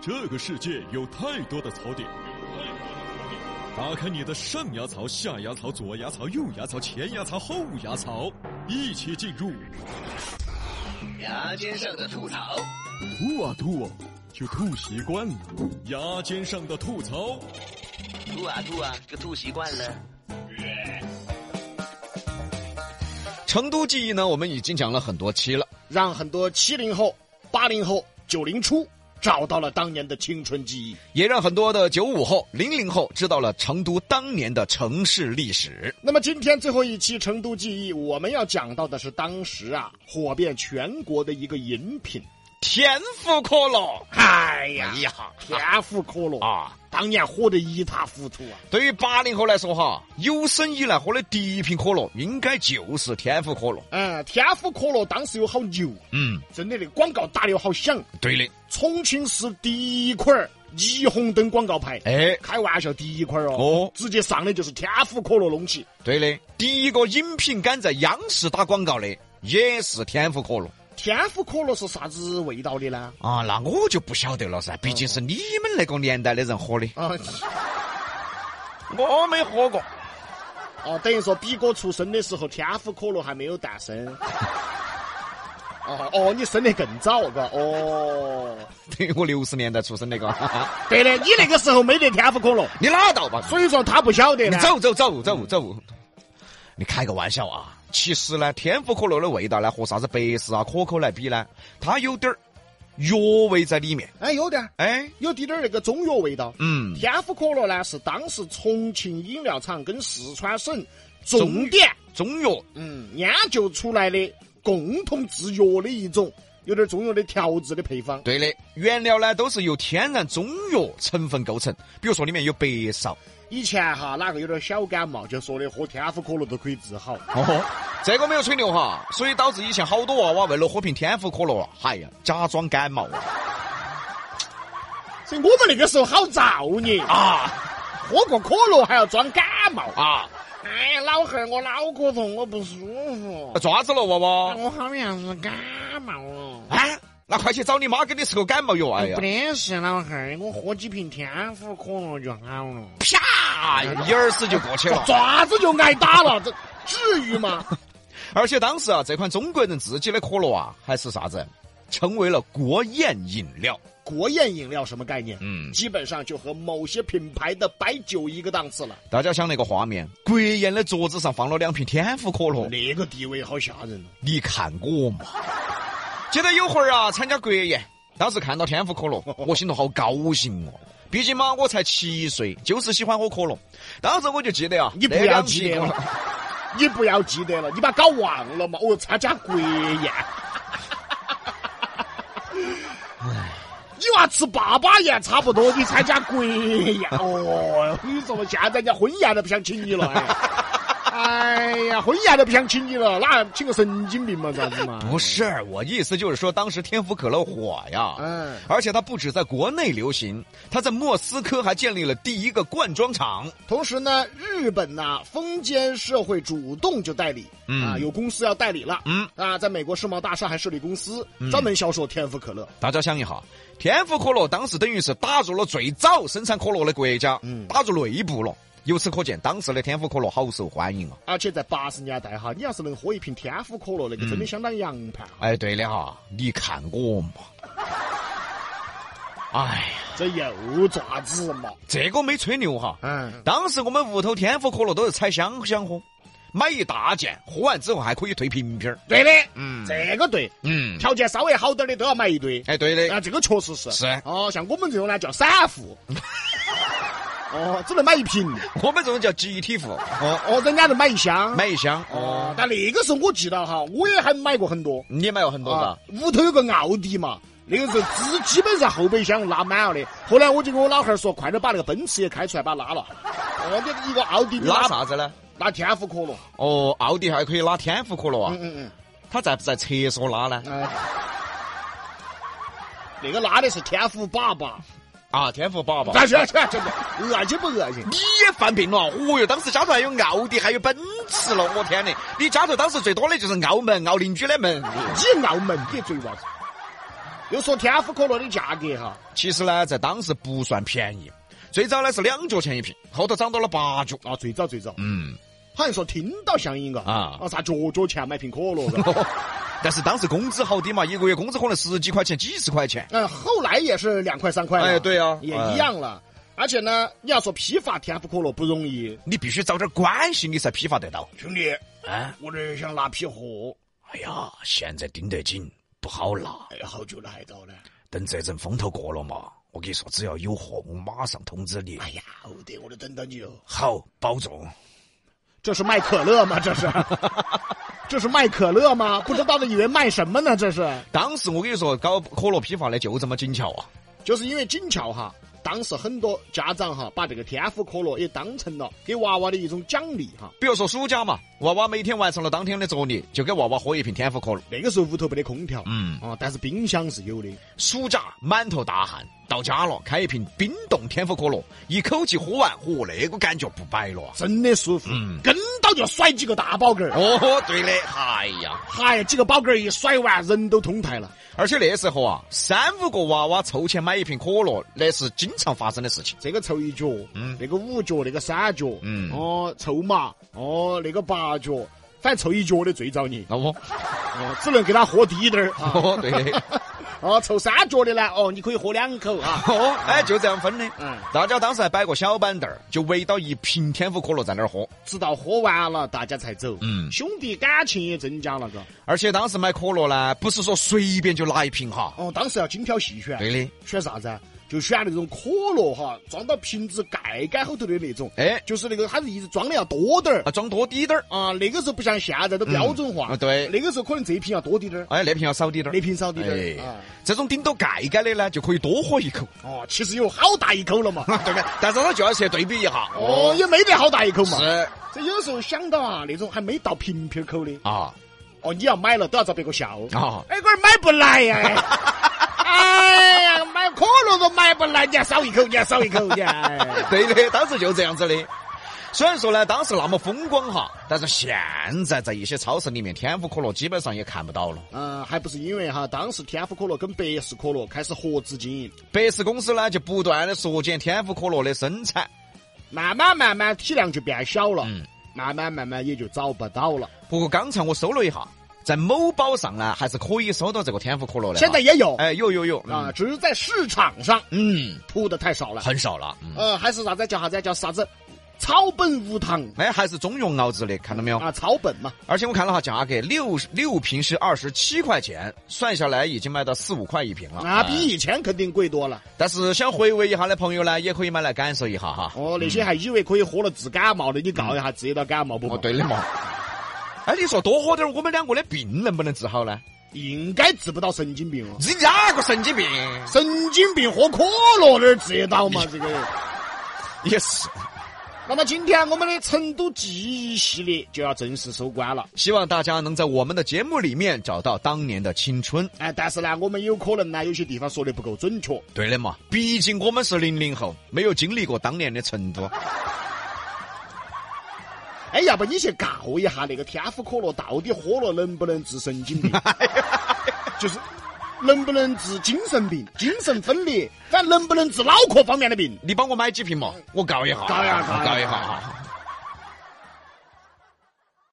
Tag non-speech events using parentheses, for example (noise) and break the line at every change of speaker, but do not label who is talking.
这个世界有太多的槽点，打开你的上牙槽、下牙槽、左牙槽、右牙槽、前牙槽、后牙槽，一起进入
牙尖上的吐槽，
吐啊吐啊，就吐习惯了。牙尖上的吐槽，
吐啊吐啊，就吐习惯了。
成都记忆呢，我们已经讲了很多期了。
让很多七零后、八零后、九零初找到了当年的青春记忆。
也让很多的九五后、零零后知道了成都当年的城市历史。
那么今天最后一期《成都记忆》，我们要讲到的是当时啊火遍全国的一个饮品。
天府可乐，
哎呀
哎，呀
天府可乐啊，
啊！
当年火得一塌糊涂啊！
对于八零后来说哈，有生以来喝的第一瓶可乐应该就是天府可乐。
嗯，天府可乐当时有好牛，
嗯，
真的那个广告打的有好响。
对的。
重庆市第一块儿霓虹灯广告牌，
哎，
开玩笑，第一块儿哦，
哦
直接上的就是天府可乐弄起。
对的，第一个饮品敢在央视打广告的也是天府可乐
天府可乐是啥子味道的呢？
啊。那我就不晓得了噻，毕竟是你们那个年代的人喝的，
啊
(laughs) 我没喝过。
哦，等于说比哥出生的时候，天府可乐还没有诞
(laughs)
生。哦哦，你生的更早，嘎哦。
(laughs) 对我六十年代出生那个， (laughs) 哈哈
对的，你那个时候没得天府可乐，
你拉倒吧。
所以说他不晓得
你
呢。
走走走走走，你开个玩笑啊！其实呢，天府可乐的味道呢，和啥子百事啊、可口来比呢，它有点儿药味在里面。
哎，有点儿
哎，
有滴点儿那个中药味道。
嗯，
天府可乐呢，是当时重庆饮料厂跟四川省重点
中药
嗯研究出来的共同制药的一种，有点中药的调制的配方。
对的，原料呢都是由天然中药成分构成，比如说里面有白芍。
以前哈，哪个有点小感冒，就说的喝天府可乐都可以治好。
哦，这个没有吹牛哈，所以导致以前好多娃娃为了喝瓶天府可乐，啊，哎呀，假装感冒啊
所以我们那个时候好造孽，
啊
喝个可乐还要装感冒。
啊！
哎呀，老汉，我脑壳痛，我不舒服，
爪子了娃娃？
我好像是感冒了。
哎，那快去找你妈给你吃个感冒药！哎呀
不，得事，老汉儿，我喝几瓶天府可乐就好了。
啪，一耳屎就过去了。
爪子就挨打了，这至于
(laughs)
吗？
而且当时啊，这款中国人自己的可乐啊，还是啥子，成为了国宴饮料。
国宴饮料什么概念？
嗯
基本上就和某些品牌的白酒一个档次了。
大家想那个画面，国宴的桌子上放了两瓶天府可乐，
那个地位好吓人哦！
你看我嘛。记得有回儿啊，参加国宴，当时看到天府可乐，我心头好高兴哦。毕竟嘛，我才七岁，就是喜欢喝可乐。当时我就记得啊，
你不
那
要
两
记
瓶
得
可乐
了，你不要记得了，你把搞忘了嘛？哦，参加国宴。你娃吃爸爸宴差不多，你参加国宴哦。我跟你说嘛，现在人家婚宴都不想请你了。哎哎呀，婚宴都不想请你了，哪请个神经病嘛？啥子嘛？
不是，我意思就是说，当时天府可乐火呀，
嗯
而且它不止在国内流行，它在莫斯科还建立了第一个灌装厂。
同时呢，日本呐、封建社会主动就代理，
嗯
啊，有公司要代理了，
嗯
啊，在美国世贸大厦还设立公司，专门销售天府可乐。
大家想一下，天府可乐当时等于是打入了最早生产可乐的国家，
嗯
打入内部了。由此可见，当时的天府可乐好受欢迎啊！
而且在八十年代哈，你要是能喝一瓶天府可乐，那个
嗯
真的相当洋盘。
哎，对的哈，你看我
(laughs)
嘛，哎呀，
这又爪子嘛，
这个没吹牛哈。
嗯，
当时我们屋头天府可乐都是采香香喝，买一大件，喝完之后还可以退瓶瓶儿。
对的，
嗯
这个对，
嗯，
条件稍微好点的都要买一堆，
哎，对的，
啊，这个确实是
是
哦，像我们这种呢叫散
(laughs)
户，哦，只能买一瓶，
我们这种叫集体户，哦，
哦，人家能买一箱，
买一箱。
哦，但那个时候我记得哈，我也还买过很多。
你也买过很多
啊
个？，
屋头有个奥迪嘛，那个时候只基本上后备箱拉满了的。后来我就跟我老汉儿说，快点把那个奔驰也开出来，把它
(laughs)
拉了。哦，你一个奥迪你
拉？啥子呢？
拉天府可乐。
哦，奥迪还可以拉天府可乐啊
嗯，嗯
他在不在厕所拉呢？
嗯，哎、那个拉的是天府
(laughs)
粑粑，
啊，天府粑粑。
(laughs) 但是这这恶心不恶心？
你也犯病了！哦哟，当时家头还有奥迪，还有奔驰了，我天呐！嗯你家头当时最多的就是澳门，澳邻居的门。
你澳门，你最娃子。又说天府可乐的价格哈，
其实呢，在当时不算便宜，最早呢是两角钱一瓶，后头涨到了八角。
啊，最早最早，
嗯， (laughs)
好像说听到像一个
啊
啊啥角角钱买瓶可乐
(laughs)
嘎。
但是当时工资好低嘛，一个月工资可能十几块钱、几十块钱。
嗯，后来也是两块三块了，
哎对啊
也
哎
一样了。而且呢，你要说批发天府可乐不容易，
你必须找点关系，你才批发得到。
兄弟，
啊，
我这想拿批货，
哎呀，现在盯得紧，不好拿。
哎呀，好久来到了。
等这阵风头过了嘛，我跟你说，只要有货，我马上通知你。
哎呀，好的，我就等到你哦。
好，保重。
这是卖可乐吗？这是， (laughs) 这是卖可乐吗？不知道的以为卖什么呢？这是，
当时我跟你说，搞可乐批发的就这么紧俏啊。
就是因为紧俏哈，当时很多家长哈把这个天府可乐也当成了给娃娃的一种奖励哈。
比如说暑假嘛，娃娃每天完成了当天的作业，就给娃娃喝一瓶天府可乐。
那个时候屋头没得空调，
嗯，
啊，但是冰箱是有的。
暑假满头大汗，到家了开一瓶冰冻天府可乐，一口气喝完，嚯，那个感觉不摆了啊。
真的舒服，
嗯
跟到就甩几个大宝嗝儿，
哦，对的，哎呀，
嗨，几个宝嗝儿一甩完，人都通泰了。
而且那时候啊，三五个娃娃凑钱买一瓶可乐，那是经常发生的事情。
这个凑一角，
嗯
那个五角，那个三角，
嗯
哦，凑嘛，哦，那个八角，反正凑一角的最遭你，
那我，
哦，只能给他喝低点儿
(laughs)
啊。
哦，对的。
哦，凑三角的呢，哦，你可以喝两口啊。 (laughs)
哦，哎，就这样分的。
嗯
大家当时还摆个小板凳儿，就围到一瓶天府可乐在那儿喝。
直到喝完了，大家才走。
嗯
兄弟感情也增加了个。
而且当时买可乐呢，不是说随便就拿一瓶哈。
哦，当时要精挑细选，
对的。
选啥子啊？就选那种可乐哈，装到瓶子盖盖后头的那种。
哎，
就是那个，它是一直装的要多点儿
啊，装多滴点儿。
啊。那个时候不像现在都标准化
嗯啊对
那个时候可能这一瓶要多滴点儿，
哎，那瓶要少滴点儿。
那瓶少滴点儿
哎
啊。，
这种顶多盖盖的呢，就可以多喝一口， (laughs)
哦，其实有好大一口了嘛。
对不对？但是它就要去对比一下。
哦，，也没得好大一口嘛。
是
这有时候想到啊，那种还没到瓶瓶儿口的，
啊
哦，你要买了都要遭别个笑。
啊，
哎，我买不
(laughs)
来呀、哎呀，买可乐都买不来，你还少一口，你还少一口，你还。
(laughs) 对的，当时就这样子的。虽然说呢，当时那么风光哈，但是现在在一些超市里面，天府可乐基本上也看不到了。
嗯，还不是因为哈，当时天府可乐跟百事可乐开始合资经营，
百事公司呢就不断的缩减天府可乐的生产，
慢慢慢慢体量就变小了，
嗯
慢慢慢慢也就找不到了。
不过刚才我搜了一下，在某宝上呢还是可以搜到这个天府可乐的哈。
现在也有、
哎有有有嗯
啊，只是在市场上
嗯
铺的太少了。
很少了，嗯
呃，还是啥子叫啥子叫啥子？草本无糖
哎还是中庸熬制的，看到没有？
啊，草本嘛。
而且我看了下价格，六六瓶是二十七块钱，算下来已经卖到四五块一瓶了
啊，比
哎
以前肯定贵多了。
但是想回味一下的朋友呢，也可以买来感受一下哈。
哦，那些还以为可以喝了治感冒的，你告一下治得到感冒不嘛？
哦，对的嘛。哎，你说多喝点儿，我们两个的病能不能治好呢？
应该治不到神经病哦。
你哪个神经
(laughs)
病？
神经病喝可乐哪儿治得到
哎
嘛？这个。
也是，
那么今天我们的成都记忆系列就要正式收官了。
希望大家能在我们的节目里面找到当年的青春。
哎，但是呢，我们有可能呢，有些地方说的不够准确。
对的嘛，毕竟我们是零零后，没有经历过当年的成都。
哎，要不你去告一下那个天府可乐到底喝了能不能治神经病？就是能不能治精神病、精神分裂，反正能不能治脑壳方面的病？
你帮我买几瓶嘛，我告一下，
告一下告一下
告一下。